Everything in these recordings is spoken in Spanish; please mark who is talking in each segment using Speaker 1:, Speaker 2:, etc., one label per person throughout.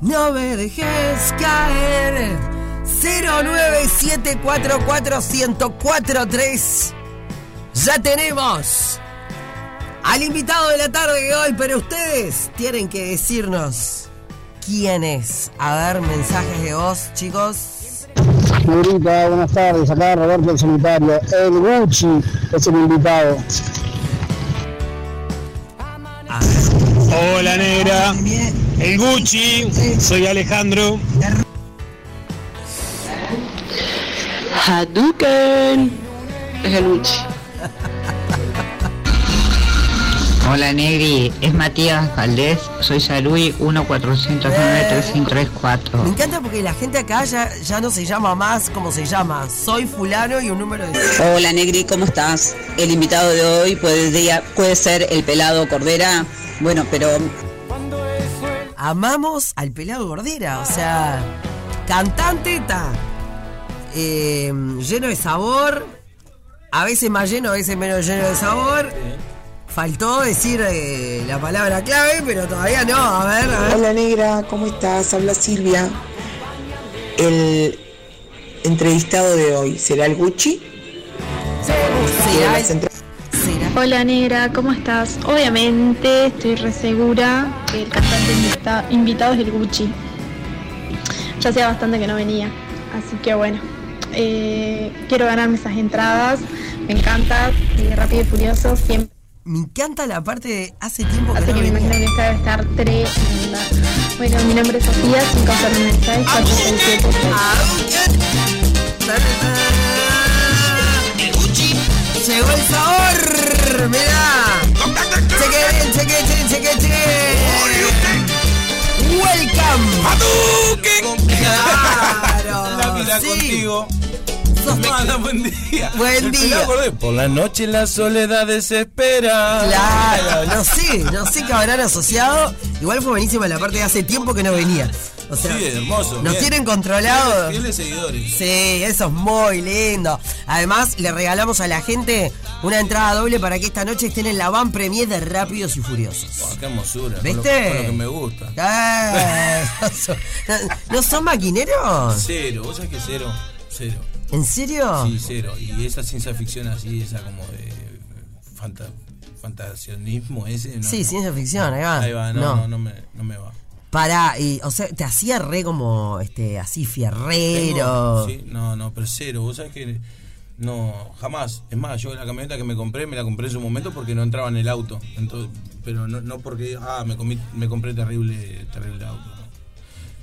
Speaker 1: No me dejes caer. 097441043. Ya tenemos al invitado de la tarde de hoy, pero ustedes tienen que decirnos quién es. A ver, mensajes de voz, chicos.
Speaker 2: Señorita, buenas tardes. Acá Roberto el Solitario. El Gucci es el invitado.
Speaker 1: A ver.
Speaker 3: Hola negra, el Gucci, soy Alejandro.
Speaker 4: Hadouken. Es el Uchi.
Speaker 5: Hola Negri, es Matías Valdés, soy Salui
Speaker 1: Me
Speaker 5: 1-409-3534.
Speaker 1: encanta porque la gente acá ya, ya no se llama más como se llama. Soy fulano y un número de...
Speaker 4: Hola Negri, ¿cómo estás? El invitado de hoy puede, puede ser el pelado Cordera. Bueno, pero
Speaker 1: Amamos al pelado Gordera, o sea, cantante está eh, lleno de sabor, a veces más lleno, a veces menos lleno de sabor. Faltó decir eh, la palabra clave, pero todavía no. A ver, a ver.
Speaker 6: Hola negra, ¿cómo estás? Habla Silvia. El entrevistado de hoy será el Gucci.
Speaker 1: ¿Será el- será?
Speaker 7: Hola negra, ¿cómo estás? Obviamente estoy re segura que el cantante invita- invitado es el Gucci. Ya hacía bastante que no venía, así que bueno. eh, quiero ganarme esas entradas, me encanta, y Rápido y Furioso siempre
Speaker 1: Me encanta la parte de hace tiempo que
Speaker 7: hace
Speaker 1: no
Speaker 7: que me imagino
Speaker 1: venía.
Speaker 7: que esta debe estar tremenda. Bueno, mi nombre es Sofía, 546 467
Speaker 1: Llegó el sabor, mirá. Cheque, cheque, cheque, cheque, cheque. Welcome. Claro.
Speaker 8: La vida
Speaker 1: sí.
Speaker 8: contigo.
Speaker 1: Sos
Speaker 8: Manda buen día.
Speaker 1: Buen día.
Speaker 8: Me acordé, Pues Por la noche la soledad desespera.
Speaker 1: Claro, no sé, no sé qué habrán asociado. Igual fue buenísima la parte de hace tiempo que no venía. O sea,
Speaker 8: Sí, hermoso.
Speaker 1: nos
Speaker 8: bien.
Speaker 1: tienen controlado.
Speaker 8: Fieles seguidores.
Speaker 1: Sí, eso es muy lindo. Además, le regalamos a la gente una entrada doble para que esta noche estén en la van premier de Rápidos y Furiosos.
Speaker 8: Buah, qué hermosura. con lo-
Speaker 1: ¿Viste?
Speaker 8: Con lo, que me gusta.
Speaker 1: Eh, ¿No, no son maquineros?
Speaker 8: Cero, vos sabés que cero. Cero.
Speaker 1: ¿En serio?
Speaker 8: Sí, cero. Y esa ciencia ficción así, esa como de eh, fanta, fantasionismo ese. No,
Speaker 1: Sí,
Speaker 8: no.
Speaker 1: ciencia ficción, ahí va.
Speaker 8: Ahí va, no,
Speaker 1: No.
Speaker 8: no, no, me, no me va.
Speaker 1: Para, y, o sea, te hacía re como, este, así fierrero.
Speaker 8: Tengo- sí, no, no, pero cero. Vos sabés que no, jamás. Es más, yo la camioneta que me compré, me la compré en su momento porque no entraba en el auto. Entonces, pero no, no porque, ah, me, comí, me compré terrible, terrible auto. ¿no?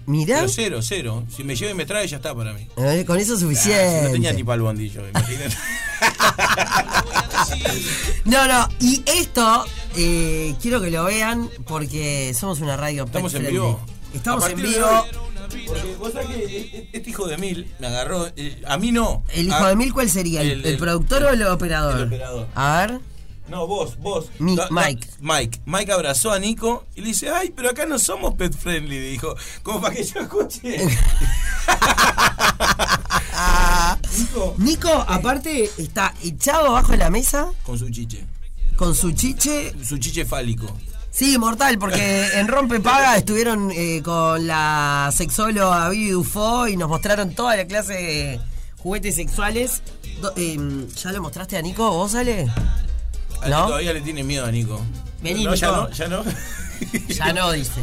Speaker 1: Mirá,
Speaker 8: Pero cero, cero. Si me lleva y me trae, ya está para mí.
Speaker 1: eh, con eso es
Speaker 8: Ah,
Speaker 1: suficiente.
Speaker 8: no tenía ni pa'l bondillo, imagínate.
Speaker 1: No, no, y esto eh, quiero que lo vean porque somos una radio. pet
Speaker 8: Estamos en
Speaker 1: friendly.
Speaker 8: vivo.
Speaker 1: Estamos
Speaker 8: A
Speaker 1: en
Speaker 8: partir de
Speaker 1: vivo.
Speaker 8: hoy, Porque vos sabés que este hijo de mil me agarró. eh, a mí no.
Speaker 1: ¿El hijo
Speaker 8: a-
Speaker 1: de mil cuál sería? ¿El,
Speaker 8: ah, el-
Speaker 1: el
Speaker 8: el-
Speaker 1: productor o el operador?
Speaker 8: el operador.
Speaker 1: A ver.
Speaker 8: No, vos, vos.
Speaker 1: Mi-
Speaker 8: Da- da-
Speaker 1: Mike.
Speaker 8: Mike. Mike abrazó a Nico y le dice, ay, pero acá no somos pet friendly, dijo. Como para que yo escuche. Nico,
Speaker 1: Nico, aparte, está echado abajo de la mesa
Speaker 8: con su chiche.
Speaker 1: con su chiche.
Speaker 8: Su chiche fálico.
Speaker 1: Sí, mortal, porque en Rompe Paga estuvieron eh, con la sexóloga Vivi Dufo y nos mostraron toda la clase de juguetes sexuales. Do- em, ¿Ya lo mostraste a Nico? ¿Vos sale?
Speaker 8: A
Speaker 1: ¿No?
Speaker 8: él Todavía le tiene miedo a Nico.
Speaker 1: Vení,
Speaker 8: no, ya
Speaker 1: Nico.
Speaker 8: no, ya no.
Speaker 1: Ya no, dice.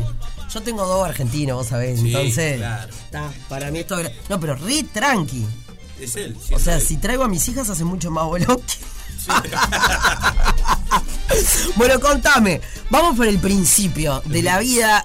Speaker 1: Yo tengo dos argentinos, vos sabés,
Speaker 8: Sí,
Speaker 1: entonces.
Speaker 8: claro.
Speaker 1: Está, para mí esto era- No, pero re tranqui.
Speaker 8: es él.
Speaker 1: O sea,
Speaker 8: sí.
Speaker 1: si traigo a mis hijas hace mucho más bolón. bueno, contame. Vamos por el principio de la vida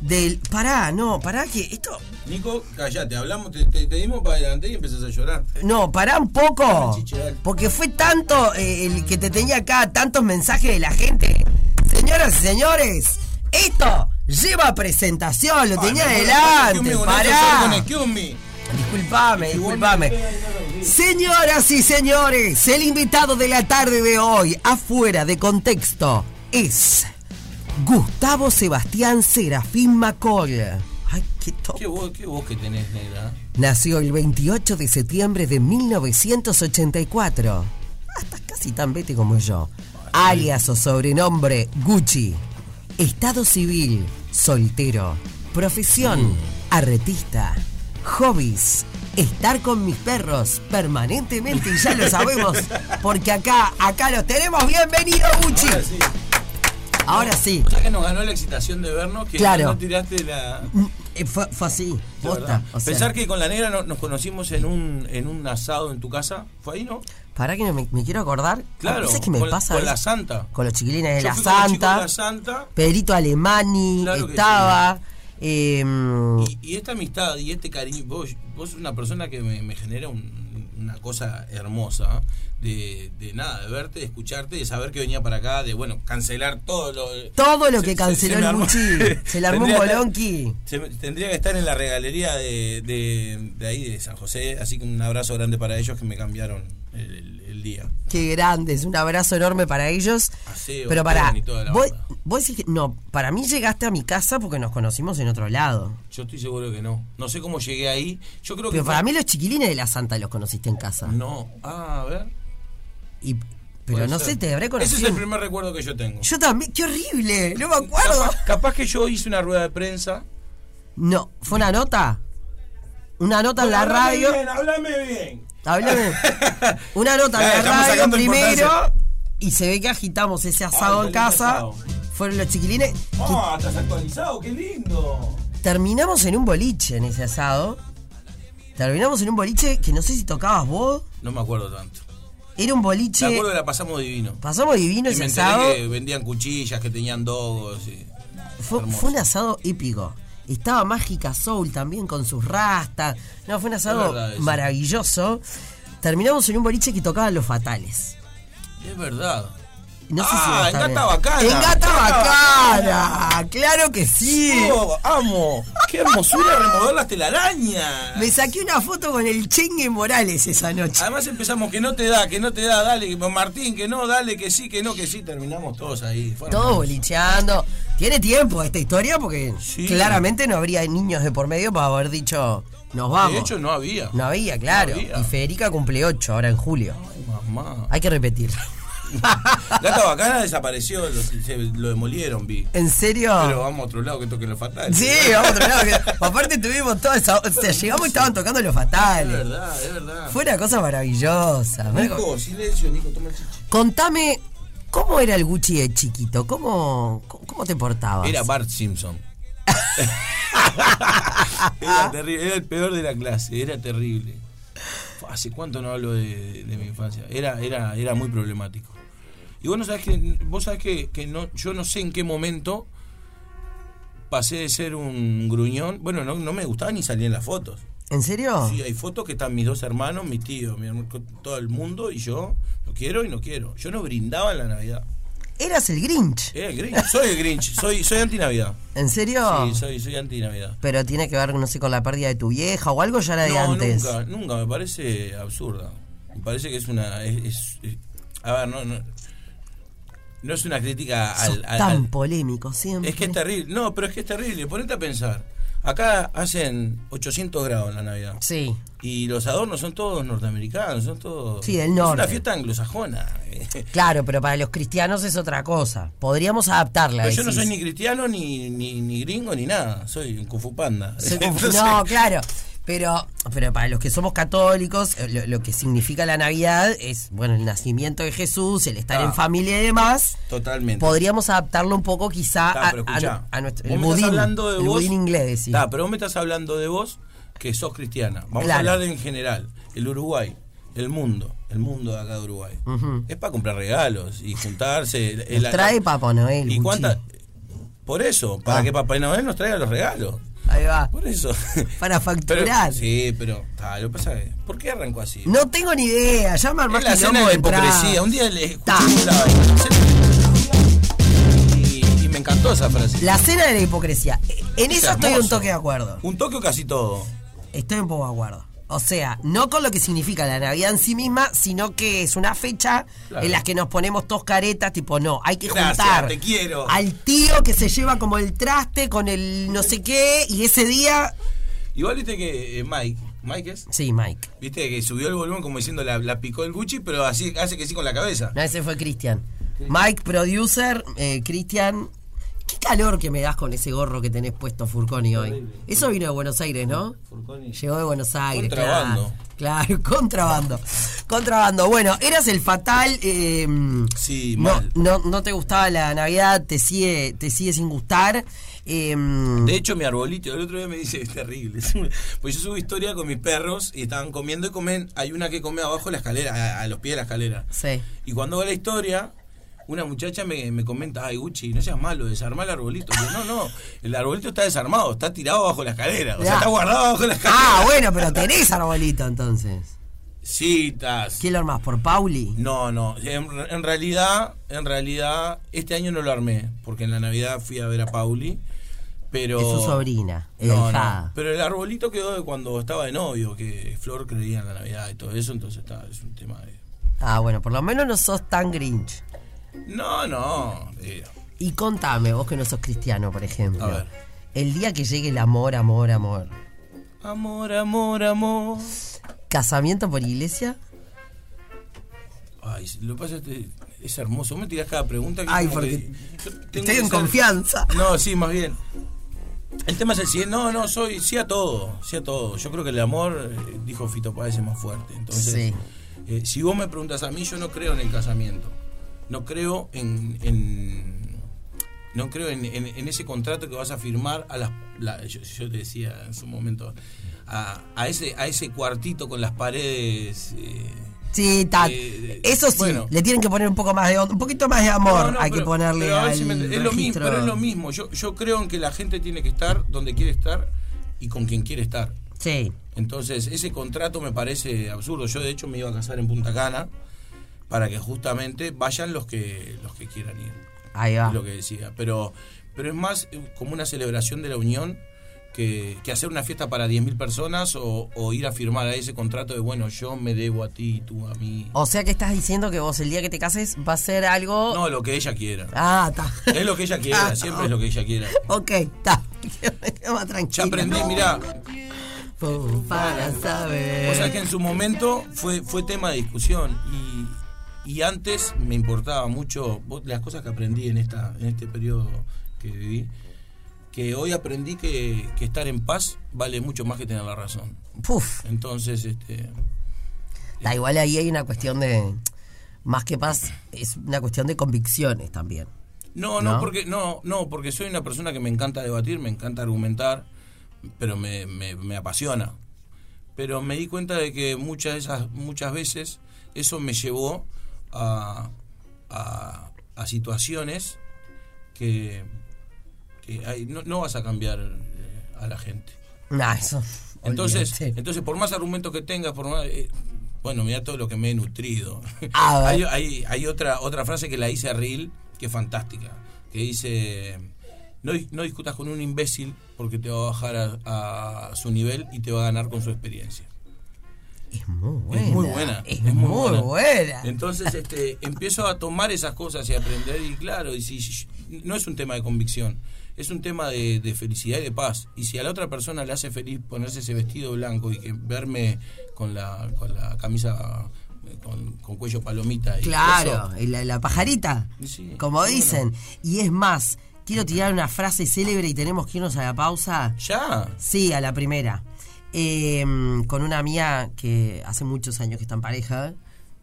Speaker 1: del. Pará, no, pará que esto.
Speaker 8: Nico, callate, hablamos, te, te- te dimos para adelante y empezás a llorar.
Speaker 1: No, pará un poco.
Speaker 8: Chiche, dale.
Speaker 1: Porque fue tanto eh, el que te tenía acá, tantos mensajes de la gente. Señoras y señores, esto lleva presentación, lo tenía
Speaker 8: Ah, no,
Speaker 1: adelante.
Speaker 8: no, excuse me, con eso, con
Speaker 1: Pará.
Speaker 8: excuse me.
Speaker 1: Disculpame, disculpame. Señoras y señores, el invitado de la tarde de hoy, afuera de contexto, es Gustavo Sebastián Serafín Macol. Ay, qué top.
Speaker 8: Qué voz, qué voz que tenés, negra.
Speaker 1: Nació el 28 de septiembre de 1984. Ah, Estás casi tan vete como yo. Alias o sobrenombre Gucci. Estado civil, soltero. Profesión, arretista, hobbies, estar con mis perros permanentemente y ya lo sabemos porque acá, acá los tenemos. Bienvenido Gucci. Ahora sí.
Speaker 8: O sea que nos ganó la excitación de vernos, que
Speaker 1: Claro.
Speaker 8: no tiraste la...
Speaker 1: Eh, Fue, fue así,
Speaker 8: la
Speaker 1: posta,
Speaker 8: verdad.
Speaker 1: o sea.
Speaker 8: Pensar que con la negra no- nos conocimos en un, en un asado en tu casa, ¿fue ahí, no?
Speaker 1: Pará que no me, me quiero acordar.
Speaker 8: Claro,
Speaker 1: ¿Sabes qué me
Speaker 8: con-
Speaker 1: pasa?
Speaker 8: con
Speaker 1: a
Speaker 8: la
Speaker 1: veces?
Speaker 8: Santa.
Speaker 1: Con los chiquilines de
Speaker 8: Yo
Speaker 1: la
Speaker 8: fui con los chicos
Speaker 1: Santa.
Speaker 8: de la Santa.
Speaker 1: Pedrito Alemani
Speaker 8: Claro que
Speaker 1: estaba. eh,
Speaker 8: Y, y esta amistad y este cariño, vos, vos sos una persona que me, me genera un- una cosa hermosa, de, de nada, de verte, de escucharte, de saber que venía para acá, de bueno, cancelar todo lo...
Speaker 1: Todo lo
Speaker 8: se-
Speaker 1: que
Speaker 8: se-
Speaker 1: canceló
Speaker 8: me
Speaker 1: el
Speaker 8: armó-
Speaker 1: Gucci. Se le armó un
Speaker 8: Tendría que-
Speaker 1: bolonqui.
Speaker 8: se me- tendría que estar en la regalería de, de, de ahí, de San José, así que un abrazo grande para ellos que me cambiaron el, el- el día.
Speaker 1: Qué grandes, un abrazo enorme para ellos.
Speaker 8: Aseo,
Speaker 1: Pero para.
Speaker 8: Esteban y toda la
Speaker 1: Vos,
Speaker 8: banda.
Speaker 1: vos decís que- No, para mí llegaste a mi casa porque nos conocimos en otro lado.
Speaker 8: Yo estoy seguro que no. No sé cómo llegué ahí. Yo creo que...
Speaker 1: Pero
Speaker 8: fue-
Speaker 1: para mí los chiquilines de la Santa los conociste en casa.
Speaker 8: No. Ah, a ver.
Speaker 1: Y, pero
Speaker 8: puede
Speaker 1: no
Speaker 8: ser.
Speaker 1: sé, te habré
Speaker 8: Ese es
Speaker 1: conocido.
Speaker 8: el primer recuerdo que yo tengo.
Speaker 1: Yo también, qué horrible, no me acuerdo.
Speaker 8: Capaz, capaz que yo hice una rueda de prensa.
Speaker 1: No, ¿fue una nota? Una nota en la radio.
Speaker 8: hablame bien.
Speaker 1: Hablame. Una nota
Speaker 8: Eh,
Speaker 1: en la
Speaker 8: estamos
Speaker 1: radio
Speaker 8: sacando
Speaker 1: primero.
Speaker 8: importancia.
Speaker 1: Y se ve que agitamos ese asado
Speaker 8: Ay,
Speaker 1: en
Speaker 8: qué lindo
Speaker 1: casa.
Speaker 8: asado.
Speaker 1: Fueron los chiquilines.
Speaker 8: Ah, estás actualizado, qué lindo.
Speaker 1: Terminamos en un boliche en ese asado. Terminamos en un boliche que no sé si tocabas vos.
Speaker 8: No me acuerdo tanto.
Speaker 1: Era un boliche.
Speaker 8: Me acuerdo que la pasamos divino.
Speaker 1: Pasamos divino
Speaker 8: y
Speaker 1: ese
Speaker 8: me enteré
Speaker 1: asado.
Speaker 8: que vendían cuchillas, que tenían dogos. y-
Speaker 1: Fue,
Speaker 8: hermoso.
Speaker 1: fue un asado épico. Estaba Mágica Soul también con sus rastas. No, fue un asado
Speaker 8: verdad eso.
Speaker 1: maravilloso. Terminamos en un boliche que tocaban los fatales.
Speaker 8: Es verdad.
Speaker 1: No sé
Speaker 8: Ah,
Speaker 1: si
Speaker 8: en Gata Bacana.
Speaker 1: En Gata Bacana. Claro que sí.
Speaker 8: Oh, ¡Amo! ¡Qué hermosura remover las telarañas!
Speaker 1: Me saqué una foto con el Chengue Morales esa noche.
Speaker 8: Además empezamos que no te da, que no te da, dale, que- Martín, que no, dale, que sí, que no, que sí, terminamos todos ahí. Fue
Speaker 1: Todo
Speaker 8: hermoso.
Speaker 1: bolicheando. Tiene tiempo esta historia porque
Speaker 8: Sí.
Speaker 1: claramente no habría niños de por medio para haber dicho nos vamos.
Speaker 8: De hecho, no había.
Speaker 1: No había, claro.
Speaker 8: No había.
Speaker 1: Y Federica cumple 8 ahora en julio.
Speaker 8: Ay, mamá.
Speaker 1: Hay que repetirlo.
Speaker 8: Gata Bacana desapareció, lo, se- lo demolieron, vi.
Speaker 1: ¿En serio?
Speaker 8: Pero vamos a otro lado que toquen los fatales.
Speaker 1: Ah. Sí, vamos a otro lado, que- Aparte tuvimos toda esa... O sea, llegamos y estaban tocando los
Speaker 8: Es
Speaker 1: fatales.
Speaker 8: verdad, es verdad.
Speaker 1: Fue una cosa maravillosa. Fue una co-
Speaker 8: Nico, silencio, Nico, toma el chichi.
Speaker 1: Contame, ¿cómo era el Gucci de chiquito? ¿Cómo, cómo te portabas?
Speaker 8: Era Bart Simpson. era terrible, era el peor de la clase, era terrible. Fue, Hace cuánto no hablo de, de mi infancia. Era, era, era muy problemático. Y vos no sabés que, vos sabés que, que no, yo no sé en qué momento pasé de ser un gruñón. Bueno, no, no me gustaba ni salir en las fotos.
Speaker 1: ¿En serio?
Speaker 8: Sí, hay fotos que están mis dos hermanos, mis tíos, mi hermano, con todo el mundo y yo no quiero y no quiero. Yo no brindaba en la Navidad.
Speaker 1: Eras el Grinch.
Speaker 8: Era el Grinch, soy el Grinch, soy, soy anti-Navidad.
Speaker 1: ¿En serio?
Speaker 8: Sí, soy, soy anti-Navidad.
Speaker 1: Pero tiene que ver, no sé, con la pérdida de tu vieja o algo ya era de
Speaker 8: No,
Speaker 1: antes.
Speaker 8: nunca, nunca, me parece absurda. Me parece que es una... es- es- es- a ver, no, no, no es una crítica
Speaker 1: Sos
Speaker 8: al... al-
Speaker 1: tan
Speaker 8: al-
Speaker 1: polémico siempre.
Speaker 8: es que es terrible, no, pero es que es terrible, ponete a pensar. Acá hacen 800 grados en la Navidad.
Speaker 1: Sí.
Speaker 8: Y los adornos son todos norteamericanos, son todos...
Speaker 1: Sí, del
Speaker 8: Es
Speaker 1: norte.
Speaker 8: una fiesta anglosajona. eh.
Speaker 1: Claro, pero para los cristianos es otra cosa. Podríamos adaptarla.
Speaker 8: Pero yo no
Speaker 1: decís.
Speaker 8: soy ni cristiano, ni, ni, ni gringo, ni nada. Soy un Kung Fu Panda.
Speaker 1: Soy confu-
Speaker 8: Entonces,
Speaker 1: No, claro. Pero, pero para los que somos católicos, eh, lo, lo que significa la Navidad es, bueno, el nacimiento de Jesús, el estar
Speaker 8: Ah.
Speaker 1: en familia y demás.
Speaker 8: Totalmente.
Speaker 1: Podríamos adaptarlo un poco quizá
Speaker 8: Está,
Speaker 1: a,
Speaker 8: pero
Speaker 1: a-
Speaker 8: escuchá.
Speaker 1: a nuestro
Speaker 8: Vos
Speaker 1: el
Speaker 8: me estás
Speaker 1: budín,
Speaker 8: hablando de
Speaker 1: el
Speaker 8: vos-
Speaker 1: budín inglés, decís.
Speaker 8: Está, pero vos me estás hablando de vos que sos cristiana. Vamos
Speaker 1: Claro.
Speaker 8: a hablar en general. El Uruguay, el mundo, el mundo de acá de Uruguay. Es para comprar regalos y juntarse. el- el-
Speaker 1: Nos trae Papá Noel,
Speaker 8: ¿Y
Speaker 1: Gucci.
Speaker 8: cuánta? Por eso, para
Speaker 1: Ah.
Speaker 8: que Papá Noel nos traiga los regalos.
Speaker 1: Ahí va.
Speaker 8: Por eso.
Speaker 1: Para facturar.
Speaker 8: Pero- sí, pero. está, lo que pasa es, ¿Por qué arrancó así?
Speaker 1: No tengo ni idea, llama al
Speaker 8: Es la
Speaker 1: cena
Speaker 8: cena de la hipocresía. Un día le escuché la- y, y me encantó esa frase.
Speaker 1: La cena de la hipocresía. E, En
Speaker 8: Es
Speaker 1: eso estoy un
Speaker 8: hermoso.
Speaker 1: toque de acuerdo.
Speaker 8: Un toque o casi todo.
Speaker 1: Estoy un poco de acuerdo. O sea, no con lo que significa la Navidad en sí misma, sino que es una fecha
Speaker 8: Claro.
Speaker 1: en la que nos ponemos dos caretas, tipo, no, hay que
Speaker 8: Gracias,
Speaker 1: juntar
Speaker 8: te quiero.
Speaker 1: al tío que se lleva como el traste con el no sé qué, y ese día...
Speaker 8: Igual viste que eh, Mike, Mike es,
Speaker 1: Sí, Mike.
Speaker 8: viste que subió el volumen como diciendo la, la picó el Gucci, pero así hace que sí con la cabeza.
Speaker 1: No, ese fue Cristian. Mike, producer, eh, Cristian, Qué calor que me das con ese gorro que tenés puesto, Furconi, hoy. Eso vino de Buenos Aires, ¿no? Llegó de Buenos Aires.
Speaker 8: Contrabando.
Speaker 1: Claro, claro, contrabando. Contrabando. Bueno, eras el fatal. eh,
Speaker 8: Sí,
Speaker 1: no,
Speaker 8: mal.
Speaker 1: no, no te gustaba la Navidad, te sigue, te sigue sin gustar. eh,
Speaker 8: De hecho, mi arbolito, el otro día me dice, es terrible. Pues yo subo historia con mis perros y estaban comiendo y comen. Hay una que come abajo de la escalera, a, a los pies de la escalera.
Speaker 1: sí.
Speaker 8: Y cuando va la historia, una muchacha me, me comenta, ay Gucci, no seas malo, desarmá el arbolito. Y yo, no, no, el arbolito está desarmado, está tirado bajo la escalera. O sea,
Speaker 1: Ya.
Speaker 8: está guardado bajo la escalera.
Speaker 1: Ah, bueno, pero tenés arbolito entonces.
Speaker 8: Sí, estás.
Speaker 1: ¿Quién lo armás? ¿Por Pauli?
Speaker 8: No, no. En, en realidad, en realidad, este año no lo armé, porque en la Navidad fui a ver a Pauli. Pero.
Speaker 1: Es su sobrina, es la
Speaker 8: No,
Speaker 1: hijada.
Speaker 8: no, Pero el arbolito quedó de cuando estaba de novio, que Flor creía en la Navidad y todo eso, entonces está, es un tema de.
Speaker 1: Ah, bueno, por lo menos no sos tan grinch.
Speaker 8: No, no. eh,
Speaker 1: Y contame, vos que no sos cristiano, por ejemplo.
Speaker 8: A ver.
Speaker 1: El día que llegue el amor, amor, amor.
Speaker 8: amor, amor, amor.
Speaker 1: ¿Casamiento por iglesia?
Speaker 8: Ay, lo que pasa es que es hermoso. Vos me tirás cada pregunta que.
Speaker 1: Ay,
Speaker 8: como
Speaker 1: porque
Speaker 8: yo tengo
Speaker 1: estoy
Speaker 8: que
Speaker 1: en
Speaker 8: ser-
Speaker 1: confianza.
Speaker 8: No, sí, más bien. El tema es el siguiente. No, no, soy. Sí a todo. Sí a todo. Yo creo que el amor, eh, dijo Fito Páez, es más fuerte. Entonces,
Speaker 1: Sí.
Speaker 8: eh, si vos me preguntas a mí, yo no creo en el casamiento. No creo en. en- no creo en, en- en ese contrato que vas a firmar a las. la- yo, yo te decía en su momento. A, a ese, a ese cuartito con las paredes. eh,
Speaker 1: Sí, tal.
Speaker 8: Eh,
Speaker 1: Eso sí,
Speaker 8: bueno.
Speaker 1: le tienen que poner un poco más de on- un poquito más de amor.
Speaker 8: No, no,
Speaker 1: hay
Speaker 8: pero-
Speaker 1: que ponerle
Speaker 8: pero a ver
Speaker 1: al
Speaker 8: si me- es lo mismo,
Speaker 1: registro.
Speaker 8: pero es lo mismo. Yo, yo creo en que la gente tiene que estar donde quiere estar y con quien quiere estar.
Speaker 1: Sí.
Speaker 8: Entonces, ese contrato me parece absurdo. Yo, de hecho, me iba a casar en Punta Cana para que justamente vayan los que, los que quieran ir.
Speaker 1: Ahí va.
Speaker 8: Es lo que decía. Pero, pero es más eh, como una celebración de la unión que, que hacer una fiesta para 10.000 personas o, o ir a firmar a ese contrato de, bueno, yo me debo a ti, tú a mí.
Speaker 1: O sea que estás diciendo que vos el día que te cases va a ser algo.
Speaker 8: No, lo que ella quiera.
Speaker 1: Ah, está.
Speaker 8: Es lo que ella quiera, siempre es lo que ella quiera.
Speaker 1: Ok, está. Me quedo más
Speaker 8: Ya
Speaker 1: tranquila.
Speaker 8: aprendí, mirá,
Speaker 1: Pum, Para saber.
Speaker 8: o sea que en su momento fue, fue tema de discusión y, y antes me importaba mucho vos- las cosas que aprendí en, esta, en este periodo que viví, que hoy aprendí que, que estar en paz vale mucho más que tener la razón.
Speaker 1: Puf.
Speaker 8: Entonces, este,
Speaker 1: Da igual ahí hay una cuestión de. Más que paz, es una cuestión de convicciones también.
Speaker 8: no, no,
Speaker 1: ¿No?
Speaker 8: porque no, no, porque soy una persona que me encanta debatir, me encanta argumentar, pero me, me- me apasiona. Pero me di cuenta de que muchas de esas, muchas veces eso me llevó a, a- a situaciones que, que hay- no, no vas a cambiar eh, a la gente.
Speaker 1: Nah, eso.
Speaker 8: Entonces,
Speaker 1: olvídate.
Speaker 8: entonces por más argumentos que tengas, por más, eh, bueno, mira todo lo que me he nutrido.
Speaker 1: A ver.
Speaker 8: hay hay- hay otra, otra frase que la dice Reel, que es fantástica, que dice, no, dis- no discutas con un imbécil porque te va a bajar a, a su nivel y te va a ganar con su experiencia.
Speaker 1: Es muy buena.
Speaker 8: Es muy buena.
Speaker 1: Es, muy buena.
Speaker 8: Entonces este, empiezo a tomar esas cosas y a aprender y claro, y si, si- no es un tema de convicción, es un tema de, de felicidad y de paz. Y si a la otra persona le hace feliz ponerse ese vestido blanco y que verme con la, con la camisa eh, con, con cuello palomita. Y
Speaker 1: Claro,
Speaker 8: eso,
Speaker 1: y la, la pajarita.
Speaker 8: Sí,
Speaker 1: como
Speaker 8: bueno.
Speaker 1: dicen. Y es más, quiero tirar una frase célebre y tenemos que irnos a la pausa.
Speaker 8: ya.
Speaker 1: Sí, a la primera. Eh, con una mía que hace muchos años que está en pareja.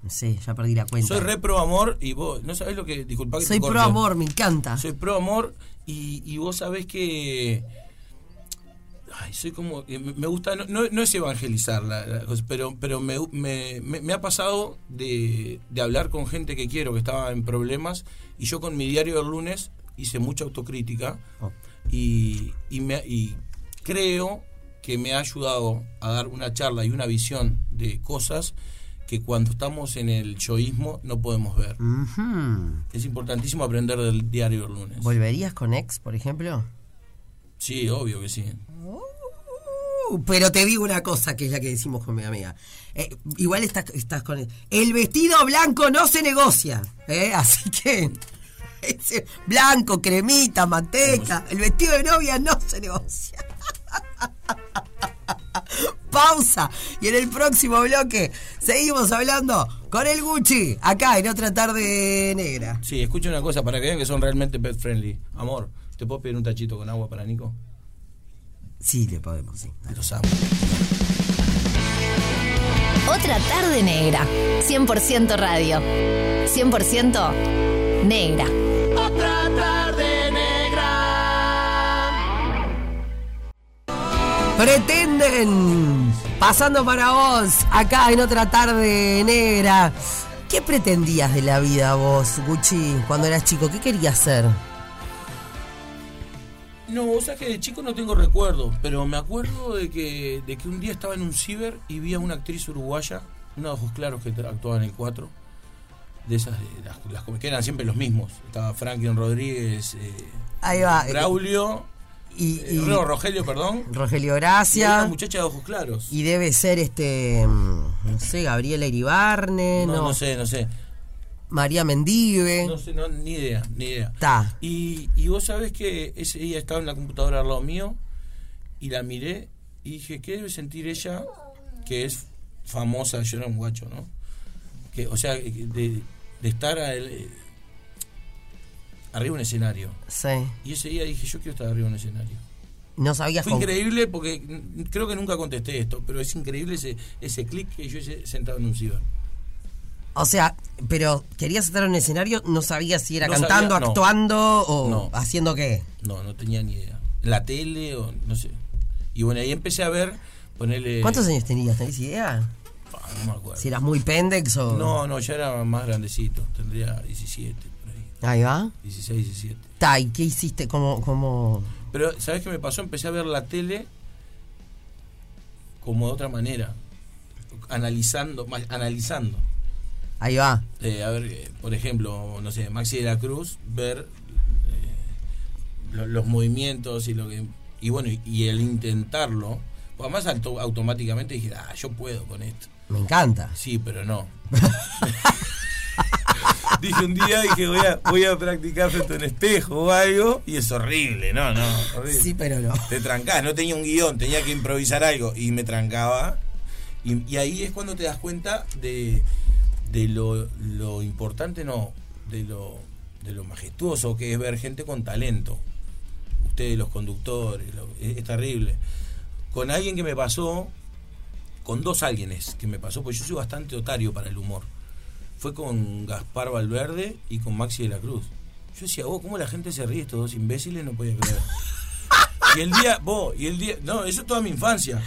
Speaker 1: No sé, ya perdí la cuenta.
Speaker 8: Soy re pro amor y vos, ¿no sabés lo que? Disculpa que te
Speaker 1: Soy pro
Speaker 8: corte.
Speaker 1: amor, me encanta.
Speaker 8: Soy pro amor y, y vos sabés que. Ay, soy como. eh, Me me gusta. No, no- no es evangelizar, la- la cosa, pero, pero me, me- me- me ha pasado de, de hablar con gente que quiero, que estaba en problemas, y yo con mi diario del lunes hice mucha autocrítica
Speaker 1: Oh.
Speaker 8: y, y me, y creo que me ha ayudado a dar una charla y una visión de cosas que cuando estamos en el yoísmo no podemos ver.
Speaker 1: Mm. Ujú.
Speaker 8: Es importantísimo aprender del diario del lunes.
Speaker 1: ¿Volverías con ex, por ejemplo?
Speaker 8: Sí, obvio que sí.
Speaker 1: Uh, Pero te digo una cosa que es la que decimos con mi amiga. Eh, igual estás, estás con el, el vestido blanco no se negocia. ¿eh? Así que ese blanco, cremita, manteca. El vestido de novia no se negocia. Pausa. Y en el próximo bloque seguimos hablando con el Gucci. Acá en otra tarde negra.
Speaker 8: Sí, escucha una cosa para que vean que son realmente pet friendly. Amor, ¿Te puedo pedir un tachito con agua para Nico?
Speaker 1: Sí, le podemos, sí.
Speaker 8: Los amo.
Speaker 9: Otra tarde negra. 100% radio. 100% negra.
Speaker 10: Otra tarde negra.
Speaker 1: Pretenden, pasando para vos, acá en otra tarde negra. ¿Qué pretendías de la vida vos, Gucci, cuando eras chico? ¿Qué querías ser?
Speaker 8: No, vos sabés que de chico no tengo recuerdo, pero me acuerdo de que, de que un día estaba en un ciber y vi a una actriz uruguaya, una de ojos claros que tra- actuaba en el 4, de esas, de las, las com- que eran siempre los mismos. Estaba Franklin Rodríguez, eh,
Speaker 1: Ahí va.
Speaker 8: Braulio,
Speaker 1: Ah, y,
Speaker 8: eh, no, Rogelio, perdón.
Speaker 1: Rogelio
Speaker 8: Y era una
Speaker 1: Gracia.
Speaker 8: muchacha de ojos claros.
Speaker 1: Y debe ser este. mm, No sé, Gabriela Iribarne.
Speaker 8: No,
Speaker 1: eh, No,
Speaker 8: no sé, no sé.
Speaker 1: María Mendive.
Speaker 8: No sé, no, ni idea, ni idea.
Speaker 1: Está.
Speaker 8: Y, y vos sabés que ese día estaba en la computadora al lado mío y la miré y dije, ¿qué debe sentir ella que es famosa? Yo era un guacho, ¿no? Que, o sea, de, de estar a él, eh, arriba de un escenario.
Speaker 1: Sí.
Speaker 8: Y ese día dije, yo quiero estar arriba de un escenario.
Speaker 1: No sabías
Speaker 8: Fue
Speaker 1: con-
Speaker 8: increíble porque mm, creo que nunca contesté esto, pero es increíble ese, ese clic que yo hice sentado en un ciber.
Speaker 1: O sea, pero querías estar en un escenario, no sabías si era
Speaker 8: No
Speaker 1: cantando,
Speaker 8: sabía, no.
Speaker 1: actuando o
Speaker 8: No.
Speaker 1: haciendo qué.
Speaker 8: No, no tenía ni idea. En la tele o no sé. Y bueno, ahí empecé a ver, ponerle...
Speaker 1: ¿Cuántos años tenías? ¿Tenés idea?
Speaker 8: Ah, No me acuerdo.
Speaker 1: Si eras muy pendex o.
Speaker 8: No, no, ya era más grandecito. Tendría 17, por ahí.
Speaker 1: Ahí va.
Speaker 8: 16, 17.
Speaker 1: Ta, ¿y qué hiciste? ¿Cómo, cómo...
Speaker 8: Pero, ¿sabes qué me pasó? Empecé a ver la tele como de otra manera. Analizando, ma- analizando.
Speaker 1: Ahí va.
Speaker 8: Eh, a ver, eh, por ejemplo, no sé, Maxi de la Cruz, ver eh, lo- los movimientos y lo que. Y bueno, y, y el intentarlo. Pues Además, auto- automáticamente dije, ah, yo puedo con esto.
Speaker 1: Me encanta.
Speaker 8: Sí, pero no. Dije un día, dije, voy a, voy a practicar frente a un espejo o algo, y es horrible, no, no, horrible.
Speaker 1: Sí, pero no.
Speaker 8: Te trancás, no tenía un guión, tenía que improvisar algo, y me trancaba. Y, y ahí es cuando te das cuenta de, de lo, lo importante, no, de lo, de lo majestuoso que es ver gente con talento. Ustedes, los conductores, lo- es- es terrible. Con alguien que me pasó, con dos alguienes que me pasó, porque yo soy bastante otario para el humor. Fue con Gaspar Valverde y con Maxi de la Cruz. Yo decía, vos, ¿cómo la gente se ríe estos dos imbéciles? No podía creer. y el día, vos, y el día, no, eso es toda mi infancia.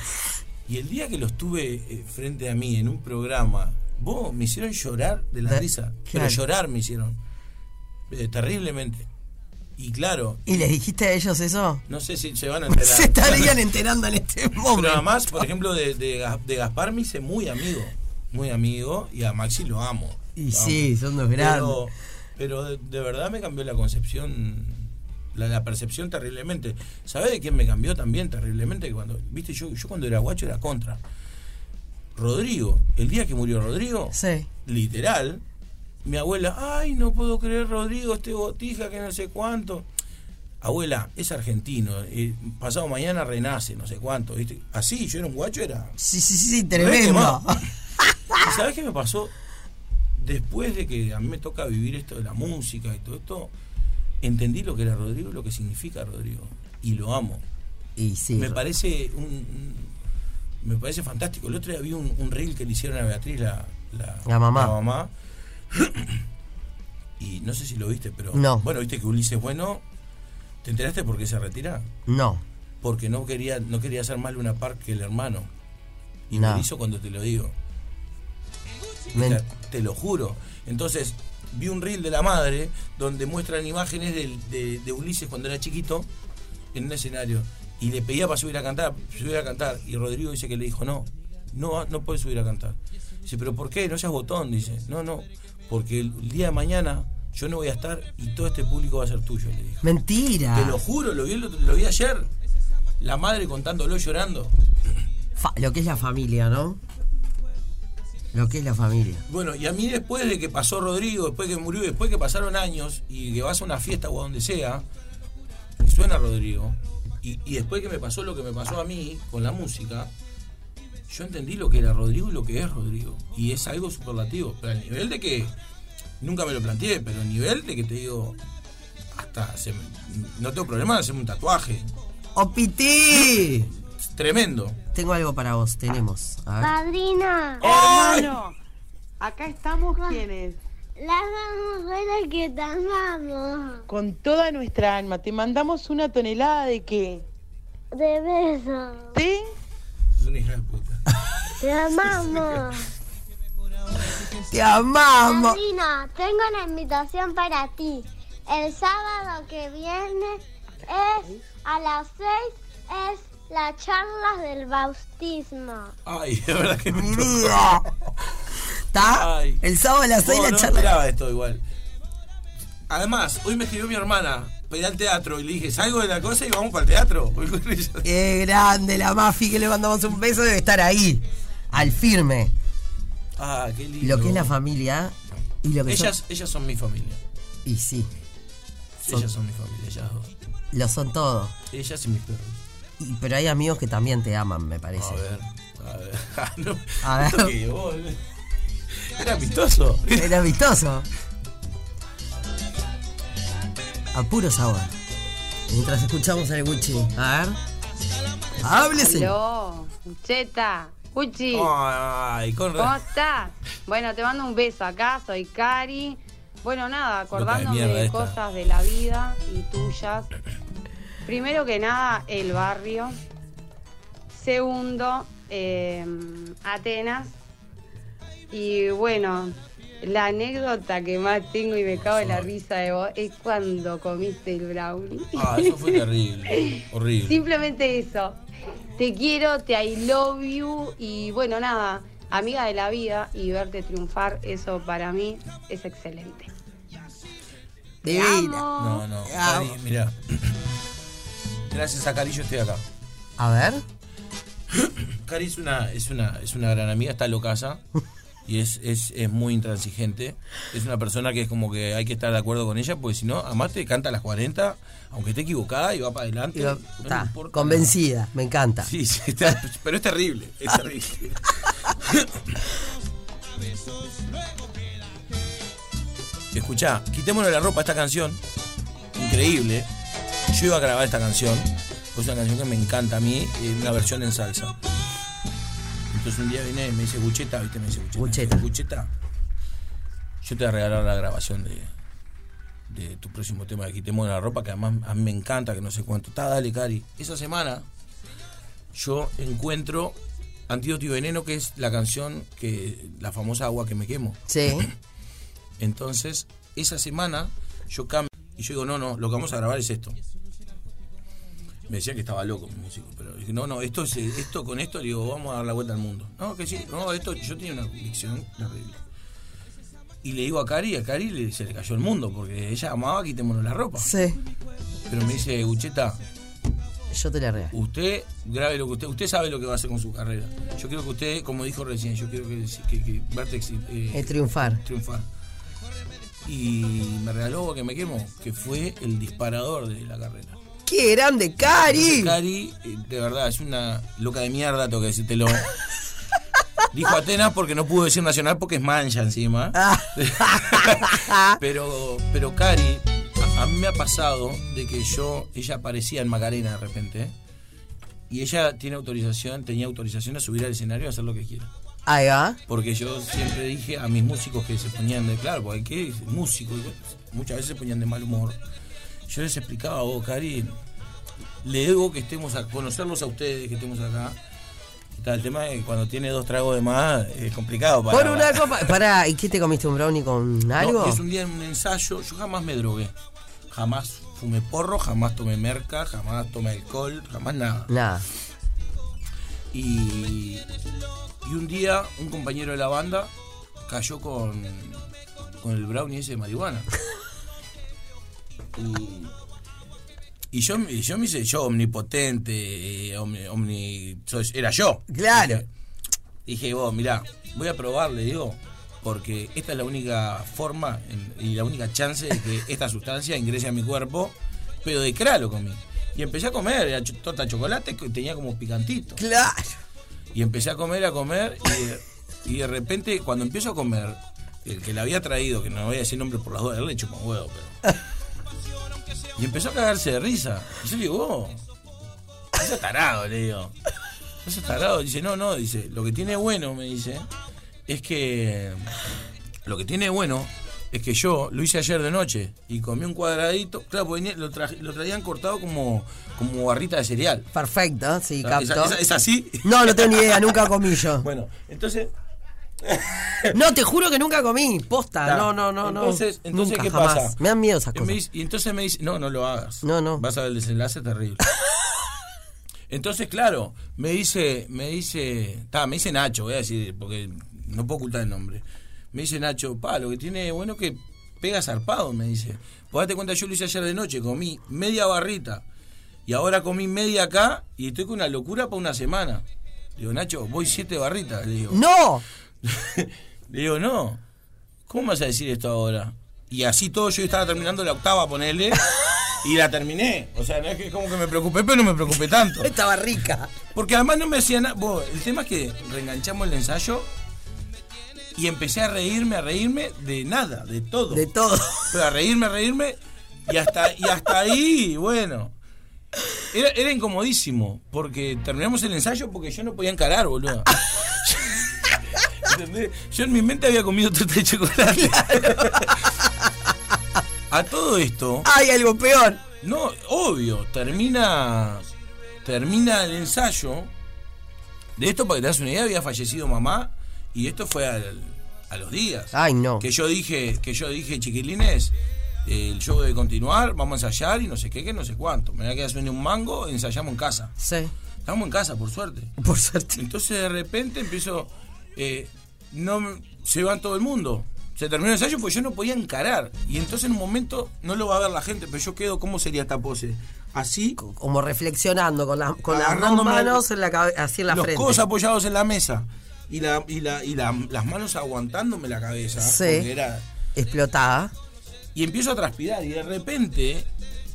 Speaker 8: Y el día que los tuve eh, frente a mí en un programa, vos, me hicieron llorar de la
Speaker 1: De-
Speaker 8: risa. Pero
Speaker 1: claro.
Speaker 8: llorar me hicieron. Eh, terriblemente. Y claro,
Speaker 1: ¿Y les dijiste a ellos eso?
Speaker 8: no sé si se van a enterar.
Speaker 1: Se estarían enterando en este
Speaker 8: Pero
Speaker 1: momento.
Speaker 8: además, por ejemplo, de, de, Gas- de Gaspar me hice muy amigo. Muy amigo. Y a Maxi lo amo.
Speaker 1: Y
Speaker 8: lo
Speaker 1: sí,
Speaker 8: amo.
Speaker 1: son dos
Speaker 8: Pero,
Speaker 1: grandes.
Speaker 8: pero de, de verdad me cambió la concepción. La, la percepción terriblemente. ¿Sabés de quién me cambió también terriblemente? Cuando, viste, yo, yo cuando era guacho era contra. Rodrigo. El día que murió Rodrigo,
Speaker 1: Sí.
Speaker 8: literal, mi abuela, ay, no puedo creer, Rodrigo, este botija que no sé cuánto. Abuela, es argentino, eh, pasado mañana renace, no sé cuánto, ¿viste? Así, yo era un guacho, era...
Speaker 1: Sí, sí, sí, sí, tremendo.
Speaker 8: Re ¿Y sabés qué me pasó? Después de que a mí me toca vivir esto de la música y todo esto, entendí lo que era Rodrigo, y lo que significa Rodrigo, y lo amo.
Speaker 1: Y sí.
Speaker 8: Me parece un, un- me parece fantástico. El otro día vi un, un reel que le hicieron a Beatriz, la,
Speaker 1: La mamá.
Speaker 8: mamá. Y no sé si lo viste, pero
Speaker 1: No.
Speaker 8: bueno, viste que Ulises Bueno, ¿te enteraste por qué se retira?
Speaker 1: No.
Speaker 8: Porque no quería no quería hacer mal una par que el hermano. Y
Speaker 1: No.
Speaker 8: me lo hizo cuando te lo digo.
Speaker 1: Men-
Speaker 8: Te, te lo juro. Entonces, vi un reel de la madre donde muestran imágenes del- de, de Ulises cuando era chiquito en un escenario. Y le pedía para subir a cantar, subir a cantar. Y Rodrigo dice que le dijo, no, no, no puedes subir a cantar. Dice, pero ¿por qué? No seas botón, dice. No, no, porque el día de mañana yo no voy a estar y todo este público va a ser tuyo, le dijo.
Speaker 1: Mentira.
Speaker 8: Te lo juro, lo vi, el otro- lo vi ayer. La madre contándolo llorando.
Speaker 1: Fa- lo que es la familia, ¿no? Lo que es la familia.
Speaker 8: Bueno, y a mí después de que pasó Rodrigo, después que murió, después que pasaron años y que vas a una fiesta o a donde sea, y suena Rodrigo, y, y después que me pasó lo que me pasó a mí con la música, yo entendí lo que era Rodrigo y lo que es Rodrigo. Y es algo superlativo, pero al nivel de que, nunca me lo planteé, pero al nivel de que te digo, hasta ta, se- no tengo problema en hacerme un tatuaje.
Speaker 1: ¡Opití!
Speaker 8: Tremendo.
Speaker 1: Tengo algo para vos, tenemos. A
Speaker 11: Ah.
Speaker 1: ver.
Speaker 12: Padrina.
Speaker 13: Hermano, acá estamos quienes,
Speaker 12: Las dos mujeres que te amamos.
Speaker 13: con toda nuestra alma, te mandamos una tonelada de qué?
Speaker 12: De besos.
Speaker 13: ¿Sí?
Speaker 8: Es una hija de puta.
Speaker 12: Te amamos.
Speaker 1: Te amamos.
Speaker 12: Padrina, tengo una invitación para ti. El sábado que viene es a las seis, es la charla del bautismo.
Speaker 8: Ay, de verdad que me
Speaker 1: Mi
Speaker 8: tocó.
Speaker 1: vida. ¿Está?
Speaker 8: Ay.
Speaker 1: El sábado a las seis
Speaker 8: No,
Speaker 1: la
Speaker 8: no
Speaker 1: charla.
Speaker 8: esperaba esto igual. Además, hoy me escribió mi hermana, pedí al teatro y le dije, salgo de la cosa y vamos para el teatro. Voy con ella.
Speaker 1: Qué grande la Mafi, que le mandamos un beso, debe estar ahí, al firme.
Speaker 8: Ah, qué lindo.
Speaker 1: Lo que es la familia y lo que son-
Speaker 8: ellas, ellas son mi familia.
Speaker 1: Y sí, Son-
Speaker 8: Ellas son mi familia, ellas dos.
Speaker 1: lo son todo.
Speaker 8: Ellas y mis perros.
Speaker 1: Y- pero hay amigos que también te aman, me parece.
Speaker 8: A ver, a ver. Ah, no.
Speaker 1: A ver.
Speaker 8: Ok, vos. eh. Era vistoso.
Speaker 1: Era vistoso. A puro sabor. Mientras escuchamos al Gucci. A ver. Háblese.
Speaker 14: Aló, Cheta, Uchi.
Speaker 8: Oh. Ay, con
Speaker 14: ¿Cómo estás? Bueno, te mando un beso acá, soy Cari. Bueno, nada, acordándome
Speaker 8: Loca de mierda
Speaker 14: de
Speaker 8: esta.
Speaker 14: cosas de la vida y tuyas. Primero que nada, el barrio. Segundo, eh, Atenas. Y bueno, la anécdota que más tengo y me cago en la risa de vos es cuando comiste el brownie.
Speaker 8: Ah, eso fue terrible. Horrible.
Speaker 14: Simplemente eso. Te quiero, te I love you y bueno, nada, amiga de la vida y verte triunfar, eso para mí es excelente. Te amo.
Speaker 8: No, no.
Speaker 14: Te
Speaker 8: Cari,
Speaker 14: amo.
Speaker 8: mira. Gracias a Cari yo estoy acá.
Speaker 1: A ver.
Speaker 8: Cari es una, es una, es una gran amiga, está locasa. Y es, es, es muy intransigente. Es una persona que es como que hay que estar de acuerdo con ella, porque si no, además te canta a las 40, aunque esté equivocada y va para adelante.
Speaker 1: Y va-
Speaker 8: No le
Speaker 1: está,
Speaker 8: importa
Speaker 1: convencida, Ah. me encanta.
Speaker 8: Sí, sí, está- pero es terrible, es terrible. Escuchá, quitémonos la ropa a esta canción. Increíble. Yo iba a grabar esta canción. Es una canción que me encanta a mí, eh, una versión en salsa. Entonces un día viene y me dice, Gucheta, ¿viste? Me dice, Gucheta. Gucheta. Yo te voy a regalar la grabación de, de tu próximo tema de Quitémonos la ropa, que además a mí me encanta, que no sé cuánto. Está, dale, Cari. Esa semana yo encuentro Antídoto y Veneno, que es la canción que. la famosa agua que me quemo.
Speaker 1: Sí.
Speaker 8: Entonces, esa semana yo cambio. Y yo digo, no, no, lo que vamos a grabar es esto. Me decía que estaba loco mi músico, pero dije, no, no, esto, es, esto con esto, le digo, vamos a dar la vuelta al mundo. No, que sí, no, esto, yo tenía una convicción terrible. Y le digo a Cari, a Cari le- se le cayó el mundo, porque ella amaba quitémonos la ropa.
Speaker 1: Sí.
Speaker 8: Pero me dice, Ucheta,
Speaker 1: Yo te la regalo.
Speaker 8: Usted grabe lo que usted, usted sabe lo que va a hacer con su carrera. Yo quiero que usted, como dijo recién, yo quiero que, que, que verte exi- eh,
Speaker 1: Eh, triunfar.
Speaker 8: triunfar. Y me regaló Agua que me quemo, que fue el disparador de la carrera.
Speaker 1: ¡Qué grande, Cari!
Speaker 8: Cari, eh, de verdad, es una loca de mierda, tengo que decírtelo. Dijo Atenas porque no pudo decir Nacional porque es mancha encima. pero, pero Cari, a, a mí me ha pasado de que yo, ella aparecía en Macarena de repente. ¿eh? Y ella tiene autorización, tenía autorización a subir al escenario y hacer lo que quiera.
Speaker 1: Ah, Ahí va.
Speaker 8: Porque yo siempre dije a mis músicos que se ponían de, claro, porque hay que músicos, y bueno, muchas veces se ponían de mal humor. Yo les explicaba, vos, Cari, le debo que estemos a conocerlos a ustedes, que estemos acá. Y tal, el tema es que cuando tiene dos tragos de más es complicado para.
Speaker 1: Por una copa. Pará, ¿y qué te comiste un brownie con
Speaker 8: No,
Speaker 1: algo?
Speaker 8: es un día en un ensayo, yo jamás me drogué. Jamás fumé porro, jamás tomé merca, jamás tomé alcohol, jamás nada.
Speaker 1: Nada.
Speaker 8: Y, y un día un compañero de la banda cayó con, con el brownie ese de marihuana. y, y yo, y yo me hice yo omnipotente, eh, omni, omni- soy- era yo.
Speaker 1: Claro.
Speaker 8: Dije, dije, vos, mirá, voy a probar, le digo, porque esta es la única forma en- y la única chance de que esta sustancia ingrese a mi cuerpo, pero de cralo comí. Y empecé a comer, era ch- torta de chocolate que tenía como picantito.
Speaker 1: Claro.
Speaker 8: Y empecé a comer, a comer, y de, y de repente, cuando empiezo a comer, el que la había traído, que no voy a decir nombre por las dudas, le chupa un huevo, pero. Y empezó a cagarse de risa. Y yo le digo, vos, no seas tarado, le digo. No seas tarado. Dice, no, no, dice, lo que tiene bueno, me dice, es que. Lo que tiene bueno es que yo lo hice ayer de noche y comí un cuadradito. Claro, porque venía- lo, traje- lo traían cortado como, como barrita de cereal.
Speaker 1: Perfecto, sí,
Speaker 8: Ah,
Speaker 1: capto.
Speaker 8: ¿Es, es- es así?
Speaker 1: No, no tengo ni idea, nunca comí yo.
Speaker 8: Bueno, entonces.
Speaker 1: No, te juro que nunca comí, posta.
Speaker 8: Claro.
Speaker 1: Ah, No, no, no, no.
Speaker 8: Entonces- entonces,
Speaker 1: nunca,
Speaker 8: ¿qué
Speaker 1: jamás.
Speaker 8: pasa?
Speaker 1: Me dan miedo esas
Speaker 8: Y, me
Speaker 1: cosas.
Speaker 8: dice- y entonces me dice, no, no lo hagas.
Speaker 1: No, no.
Speaker 8: Vas a ver el desenlace terrible. entonces, claro, me dice, me dice, ta, me dice Nacho, voy a decir, porque no puedo ocultar el nombre. Me dice Nacho, pa, lo que tiene bueno es que pega zarpado, me dice. Pues date cuenta, yo lo hice ayer de noche, comí media barrita. Y ahora comí media acá y estoy con una locura para una semana. Le digo, Nacho, voy siete barritas, le digo.
Speaker 1: ¡No!
Speaker 8: Le digo, no. ¿Cómo vas a decir esto ahora? Y así todo yo estaba terminando la octava, ponerle. Y la terminé. O sea, no es que es como que me preocupé, pero no me preocupé tanto.
Speaker 1: Estaba rica.
Speaker 8: Porque además no me hacía nada. Vos, El tema es que reenganchamos el ensayo y empecé a reírme, a reírme de nada, de todo. De
Speaker 1: todo.
Speaker 8: Pero a reírme, a reírme. Y hasta, y hasta ahí, bueno. Era, era incomodísimo, porque terminamos el ensayo porque yo no podía encarar, boludo. ¿Entendés? Yo en mi mente había comido torta de chocolate. A todo esto.
Speaker 1: Hay algo peor.
Speaker 8: No, obvio, termina. Termina el ensayo. De esto, para que te das una idea, había fallecido mamá. Y esto fue al- a los días.
Speaker 1: Ay, no.
Speaker 8: Que yo dije, que yo dije, chiquilines, eh, el show debe continuar, vamos a ensayar y no sé qué, que no sé cuánto. Me da que hacer un mango, ensayamos en casa.
Speaker 1: Sí.
Speaker 8: Estamos en casa, por suerte.
Speaker 1: Por suerte.
Speaker 8: Entonces de repente empiezo. eh, no me- se va todo el mundo. Se terminó el ensayo porque yo no podía encarar. Y entonces en un momento no lo va a ver la gente, pero yo quedo, ¿cómo sería esta pose? Así.
Speaker 1: Como reflexionando con, la- con las dos
Speaker 8: Agarrándome-
Speaker 1: manos en la cabe- así en la
Speaker 8: los
Speaker 1: frente.
Speaker 8: codos apoyados en la mesa. Y, la, y, la, y la- las manos aguantándome la cabeza.
Speaker 1: Sí.
Speaker 8: porque era-
Speaker 1: Explotada.
Speaker 8: y empiezo a transpirar. Y de repente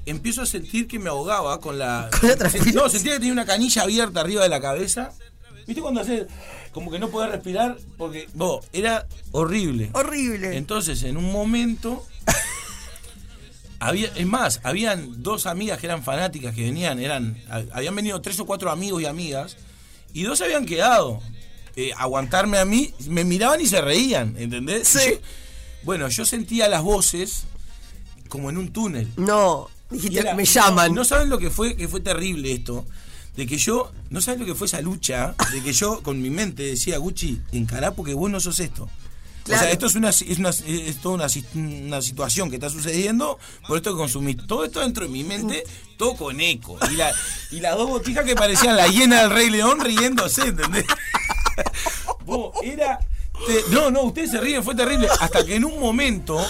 Speaker 8: empiezo a sentir que me ahogaba con la.
Speaker 1: Con la transpiración.
Speaker 8: no, sentía que tenía una canilla abierta arriba de la cabeza. ¿Viste cuando haces como que no podés respirar? Porque, vos, era horrible.
Speaker 1: Horrible.
Speaker 8: Entonces, en un momento. Había, es más, habían dos amigas que eran fanáticas, que venían, eran ha- habían venido tres o cuatro amigos y amigas, y dos habían quedado. eh, aguantarme a mí, me miraban y se reían, ¿entendés? Sí. Bueno, yo sentía las voces como en un túnel.
Speaker 1: No, dijiste, me llaman.
Speaker 8: No, saben lo que fue, que fue terrible esto. De que yo, no saben lo que fue esa lucha, de que yo con mi mente decía, Gucci, encará porque vos no sos esto. O sea, esto es, una, es, una- es toda una, si- una situación que está sucediendo, por esto que consumí. Todo esto dentro de mi mente, todo con eco. Y, la- y las dos botijas que parecían la hiena del Rey León riéndose, ¿entendés? Vos, era. te- no, no, ustedes se ríen, fue terrible. Hasta que en un momento,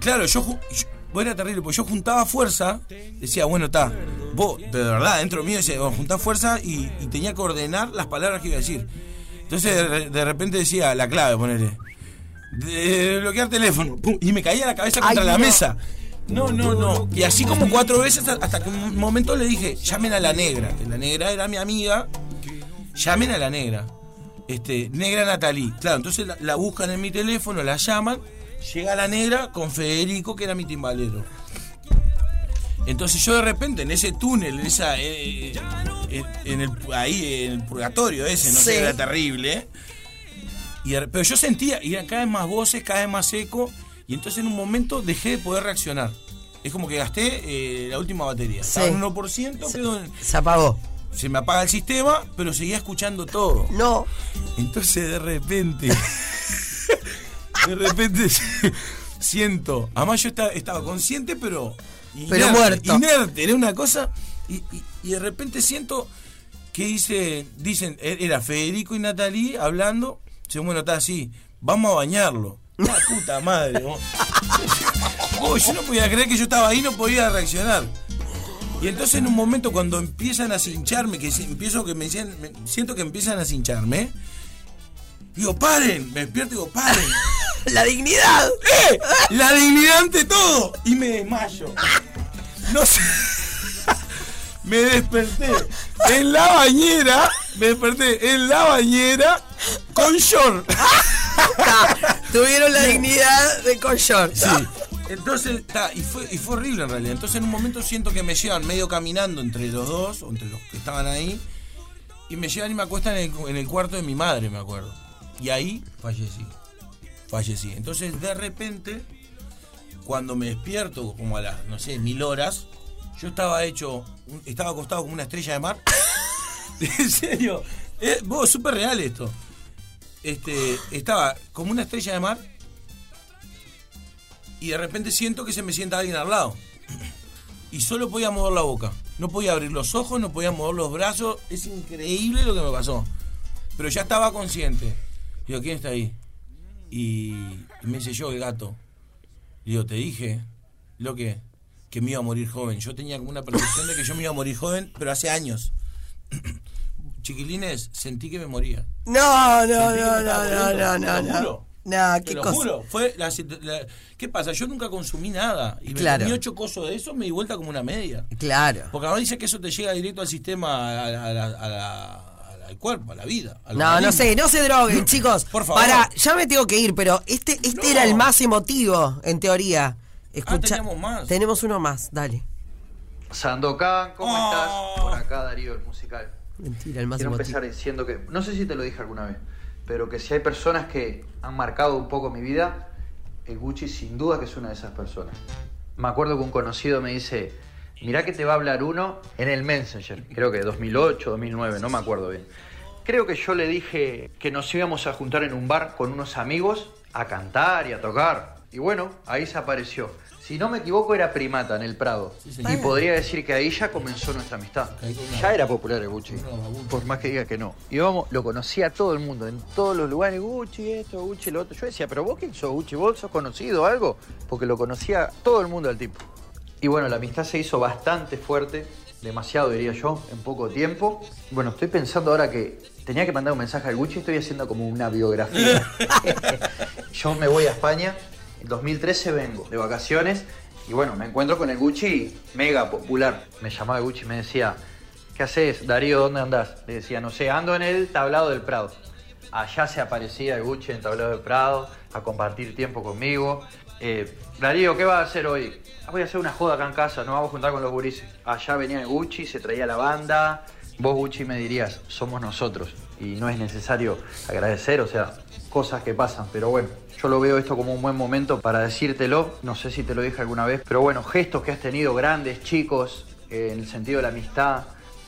Speaker 8: claro, yo, ju- yo- vos era terrible, porque yo juntaba fuerza, decía, bueno, está, vos, de verdad, dentro mío decía, bueno, juntá fuerza y, y tenía que ordenar las palabras que iba a decir. Entonces de, re- de repente decía, la clave, ponele. De- bloquear teléfono, pum, y me caía la cabeza contra
Speaker 3: Ay,
Speaker 8: la
Speaker 3: no.
Speaker 8: mesa. No, no, no. Y así como cuatro veces hasta que en un momento le dije, llamen a la negra, que la negra era mi amiga, llamen a la negra. Este, negra Natalí. Claro, entonces la, la buscan en mi teléfono, la llaman, llega la negra con Federico, que era mi timbalero. Entonces yo de repente en ese túnel, en esa eh, eh, en el ahí en el purgatorio ese, no
Speaker 3: Sí.
Speaker 8: sé, era terrible. ¿eh? Y de re- pero yo sentía y eran cada vez más voces, cada vez más eco y entonces en un momento dejé de poder reaccionar. Es como que gasté eh, la última batería.
Speaker 1: Sí.
Speaker 8: Estaba en 1%, quedó en-
Speaker 1: Se apagó.
Speaker 8: se me apaga el sistema, pero seguía escuchando todo.
Speaker 1: No.
Speaker 8: Entonces de repente. de repente siento. Además yo estaba, estaba consciente, pero.
Speaker 1: Pero muerto.
Speaker 8: Inerte, era una cosa. Y, y- y de repente siento que dice. Dicen, e- era Federico y Natalí hablando. Dicen, bueno, está así. Vamos a bañarlo. La puta madre. vos. Oh, yo no podía creer que yo estaba ahí, no podía reaccionar. Y entonces en un momento cuando empiezan a cincharme, que si- empiezo que me, decían- me- siento que empiezan a cincharme, digo, paren, me despierto y digo, paren.
Speaker 1: La dignidad.
Speaker 8: ¡Eh! La dignidad ante todo. Y me desmayo. No sé. Me desperté en la bañera. Me desperté en la bañera con short.
Speaker 1: Tuvieron la dignidad de con short.
Speaker 8: Sí. ah, Entonces, ta, y fue, y fue horrible en realidad. Entonces, en un momento siento que me llevan medio caminando entre los dos, o entre los que estaban ahí, y me llevan y me acuestan en el, en el cuarto de mi madre, me acuerdo. Y ahí fallecí. Fallecí. Entonces, de repente, cuando me despierto, como a las, no sé, mil horas, yo estaba hecho, un- estaba acostado como una estrella de mar. en serio, es súper real esto. Este, estaba como una estrella de mar y de repente siento que se me sienta alguien al lado. Y solo podía mover la boca. No podía abrir los ojos, no podía mover los brazos. Es increíble lo que me pasó. Pero ya estaba consciente. Digo, ¿quién está ahí? Y y me dice yo, el gato. Digo, te dije, lo que, que me iba a morir joven. Yo tenía como una percepción de que yo me iba a morir joven, pero hace años. Chiquilines, sentí que me moría.
Speaker 1: No, no,
Speaker 8: Sentí que
Speaker 1: no,
Speaker 8: me estaba
Speaker 1: no, no,
Speaker 8: muriendo, te
Speaker 1: no,
Speaker 8: lo juro.
Speaker 1: no. No,
Speaker 8: Te
Speaker 1: qué
Speaker 8: lo
Speaker 1: cosa.
Speaker 8: juro, fue la situ- la- ¿Qué pasa? Yo nunca consumí nada. Y me
Speaker 1: Claro.
Speaker 8: comí ocho cosos de eso, me di vuelta como una media.
Speaker 1: Claro.
Speaker 8: Porque ahora dice que eso te llega directo al sistema, a la- a la- a la- a la- al cuerpo, a la vida. al
Speaker 1: No, no
Speaker 8: organismo.
Speaker 1: sé, no se droguen, chicos.
Speaker 8: Por favor.
Speaker 1: Pará, ya me tengo que ir, pero este, este era el más emotivo, en teoría. Escucha,
Speaker 8: Ah, teníamos más.
Speaker 1: Tenemos uno más, dale.
Speaker 11: Sandokan, ¿cómo
Speaker 8: Oh.
Speaker 11: estás? Por acá Darío, el musical.
Speaker 1: Mentira, el más
Speaker 11: Quiero
Speaker 1: emotivo.
Speaker 11: empezar diciendo que, no sé si te lo dije alguna vez, pero que si hay personas que han marcado un poco mi vida, el Gucci sin duda que es una de esas personas. Me acuerdo que un conocido me dice, mirá que te va a hablar uno en el Messenger, creo que 2008, 2009, no me acuerdo bien. Creo que yo le dije que nos íbamos a juntar en un bar con unos amigos a cantar y a tocar. Y bueno, ahí se apareció. Si no me equivoco era Primata en el Prado.
Speaker 8: señor.
Speaker 11: y podría decir que ahí ya comenzó nuestra amistad. Ya era popular el Gucci. Por más que diga que no. Y vamos, lo conocía a todo el mundo, en todos los lugares, Gucci, esto, Gucci, lo otro. Yo decía, pero vos quién sos, Gucci, vos sos conocido o algo, porque lo conocía todo el mundo al tipo. Y bueno, la amistad se hizo bastante fuerte, demasiado diría yo, en poco tiempo. Bueno, estoy pensando ahora que tenía que mandar un mensaje al Gucci, estoy haciendo como una biografía. yo me voy a España, en 2013 vengo de vacaciones y bueno, me encuentro con el Gucci mega popular. Me llamaba el Gucci y me decía, ¿qué haces, Darío? ¿Dónde andás? Le decía, no sé, ando en el tablado del Prado. Allá se aparecía el Gucci en el tablado del Prado a compartir tiempo conmigo. Eh, Darío, ¿qué vas a hacer hoy? "Ah, Voy a hacer una joda acá en casa, nos vamos a juntar con los gurises. Allá venía el Gucci, se traía la banda. Vos, Gucci, me dirías, somos nosotros. Y no es necesario agradecer, o sea, cosas que pasan. Pero bueno, yo lo veo esto como un buen momento para decírtelo. No sé si te lo dije alguna vez, pero bueno, gestos que has tenido grandes, chicos, eh, en el sentido de la amistad,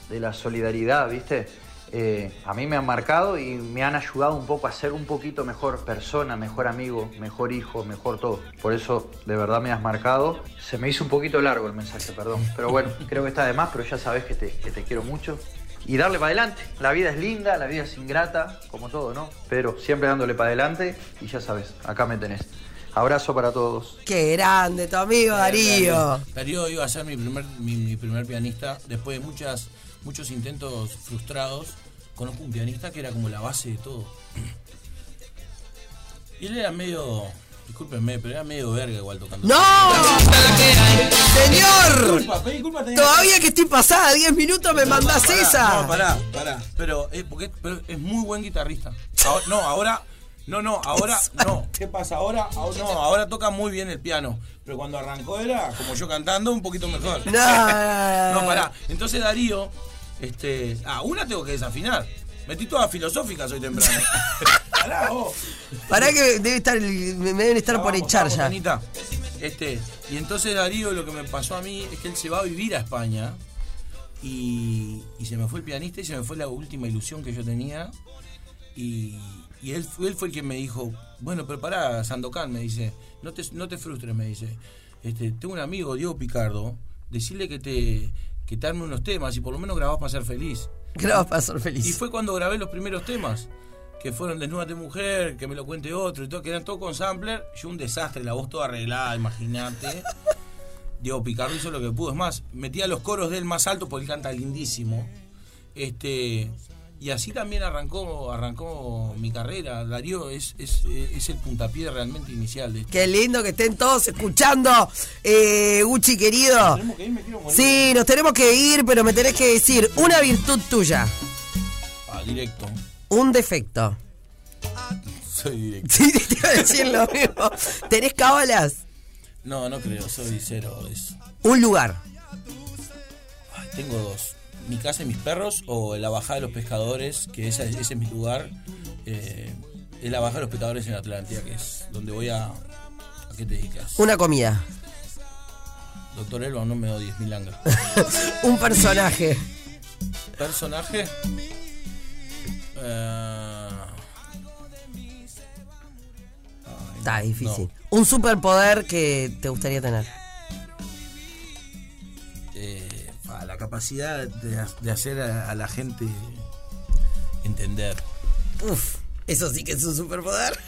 Speaker 11: de la solidaridad, ¿viste? Eh, a mí me han marcado y me han ayudado un poco a ser un poquito mejor persona, mejor amigo, mejor hijo, mejor todo. Por eso, de verdad, me has marcado. Se me hizo un poquito largo el mensaje, perdón. Pero bueno, creo que está de más, pero ya sabes que te, que te quiero mucho. Y darle para adelante. La vida es linda, la vida es ingrata, como todo, ¿no? Pero siempre dándole para adelante y ya sabes, acá me tenés. Abrazo para todos.
Speaker 1: Qué grande, tu amigo Darío.
Speaker 8: Darío iba a ser mi primer, mi, mi primer pianista. Después de muchas, muchos intentos frustrados, conozco un pianista que era como la base de todo. Y él era medio. Discúlpenme, pero era medio verga igual tocando.
Speaker 1: ¡No! ¡Señor!
Speaker 8: Disculpa, pedí disculpa, tenía-
Speaker 1: Todavía que estoy pasada 10 minutos me mandás
Speaker 8: pará,
Speaker 1: esa.
Speaker 8: No, pará, pará. Pero, eh, porque, pero es muy buen guitarrista. Ahora- no, ahora. No, no, ahora. No. ¿Qué pasa? Ahora, ahora- no, ahora toca muy bien el piano. Pero cuando arrancó era, como yo cantando, un poquito mejor.
Speaker 1: No, no,
Speaker 8: No, pará. Entonces Darío. Este. Ah, una tengo que desafinar. Metí todas filosóficas hoy temprano. pará, vos.
Speaker 1: Pará que debe estar, el- me deben estar por echar ya.
Speaker 8: Anita. Este, y entonces Darío lo que me pasó a mí es que él se va a vivir a España y, y se me fue el pianista y se me fue la última ilusión que yo tenía y, y él, fue- él fue el que me dijo, bueno, pero pará, Sandokan, me dice, no te, no te frustres, me dice, este, tengo un amigo, Diego Picardo, decirle que te, que te arme unos temas y por lo menos grabás para ser feliz.
Speaker 1: Grabás para ser feliz.
Speaker 8: Y fue cuando grabé los primeros temas, que fueron Desnúdate Mujer, que me lo cuente otro, y todo, que eran todo con sampler. Yo un desastre, la voz toda arreglada, imagínate. Diego Picardo hizo lo que pudo. Es más, metía los coros del más alto porque él canta lindísimo. Este, y así también arrancó, arrancó mi carrera. Darío es, es, es el puntapié realmente inicial de esto.
Speaker 1: Qué lindo que estén todos escuchando, eh, Gucci querido. Sí, nos tenemos que ir, pero me tenés que decir una virtud tuya,
Speaker 8: Ah, directo.
Speaker 1: un defecto.
Speaker 8: Soy directo.
Speaker 1: Sí, te iba a decir lo mismo. ¿Tenés cábalas?
Speaker 8: No, no creo, soy cero. de eso.
Speaker 1: Un lugar.
Speaker 8: Ay, tengo dos. Mi casa y mis perros o la bajada de los pescadores, que esa- ese es mi lugar. Eh, es la bajada de los pescadores en Atlántida, que es donde voy a... ¿A qué te dedicas?
Speaker 1: Una comida.
Speaker 8: Doctor Elba, no me odies, milanga.
Speaker 1: Un personaje.
Speaker 8: Personaje... Eh,
Speaker 1: Está difícil. Un superpoder que te gustaría tener.
Speaker 8: eh, fa, la capacidad de, ha- de hacer a, a la gente entender.
Speaker 1: Uf, eso sí que es un superpoder.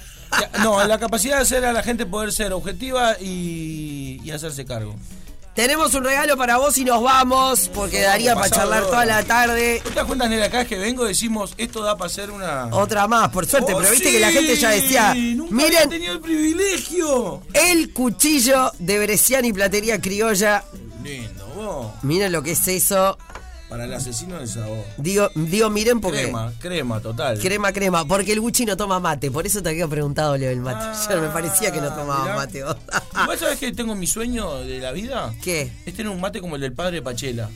Speaker 8: No, la capacidad de hacer a la gente poder ser objetiva y, y hacerse cargo.
Speaker 1: Tenemos un regalo para vos y nos vamos, porque daría para
Speaker 8: Pasado
Speaker 1: charlar
Speaker 8: de
Speaker 1: toda
Speaker 8: hora.
Speaker 1: la tarde.
Speaker 8: ¿No te das cuenta, Nela? Cada vez que vengo decimos, esto da para hacer una...
Speaker 1: Otra más, por suerte,
Speaker 8: Oh,
Speaker 1: pero viste
Speaker 8: sí,
Speaker 1: que la gente ya decía,
Speaker 8: nunca
Speaker 1: miren,
Speaker 8: había tenido el privilegio.
Speaker 1: el cuchillo de Bresciani y Platería Criolla,
Speaker 8: Lindo, vos.
Speaker 1: miren lo que es eso.
Speaker 8: Para el asesino de sabor.
Speaker 1: Digo, digo miren porque...
Speaker 8: Crema, crema total.
Speaker 1: Crema, crema, porque el Gucci no toma mate, por eso te había preguntado lo del mate. Ayer me parecía que no tomaba
Speaker 8: mirá.
Speaker 1: mate vos.
Speaker 8: ¿Vos sabés que tengo mi sueño de la vida?
Speaker 1: ¿Qué?
Speaker 8: Es tener un mate como el del padre Pachela.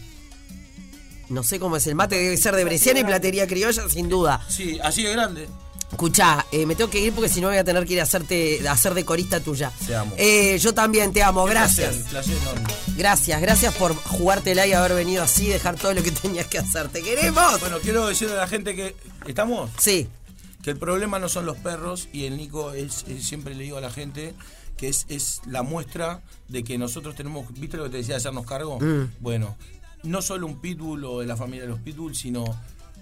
Speaker 1: No sé cómo es el mate, debe ser de Bresciani y Platería Criolla, sin duda.
Speaker 8: Sí, así de grande.
Speaker 1: Escuchá, eh, me tengo que ir porque si no voy a tener que ir a hacerte, a hacer de corista tuya.
Speaker 8: Te amo.
Speaker 1: Eh, yo también te amo,
Speaker 8: Un
Speaker 1: gracias.
Speaker 8: placer, un placer enorme.
Speaker 1: Gracias, gracias por jugártela y haber venido así, dejar todo lo que tenías que hacer. Te queremos.
Speaker 8: Bueno, quiero decirle a la gente que. ¿Estamos?
Speaker 1: Sí.
Speaker 8: Que el problema no son los perros y el Nico es, es- siempre le digo a la gente que es, es la muestra de que nosotros tenemos. ¿Viste lo que te decía de hacernos cargo?
Speaker 1: Mm.
Speaker 8: Bueno, no solo un pitbull o de la familia de los pitbulls, sino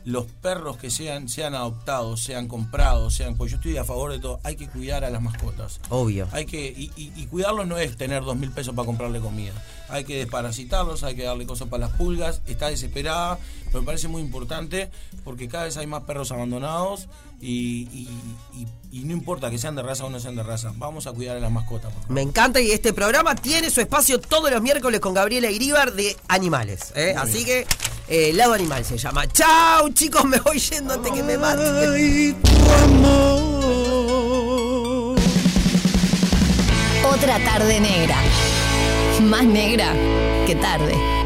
Speaker 8: los perros que sean, sean adoptados, sean comprados, sean. Pues yo estoy a favor de todo. Hay que cuidar a las mascotas.
Speaker 1: Obvio.
Speaker 8: Hay que, y, y- y cuidarlos no es tener dos mil pesos para comprarle comida. Hay que desparasitarlos, hay que darle cosas para las pulgas. Está desesperada, pero me parece muy importante porque cada vez hay más perros abandonados y, y- y- y no importa que sean de raza o no sean de raza. Vamos a cuidar a las mascotas. por favor.
Speaker 1: Me encanta y este programa tiene su espacio todos los miércoles con Gabriela Iríbar de Animales. ¿eh?
Speaker 8: Muy
Speaker 1: Así que eh, Lado Animal se llama. Chau chicos, me voy yendo antes que me maten.
Speaker 9: Otra tarde negra. Más negra que tarde.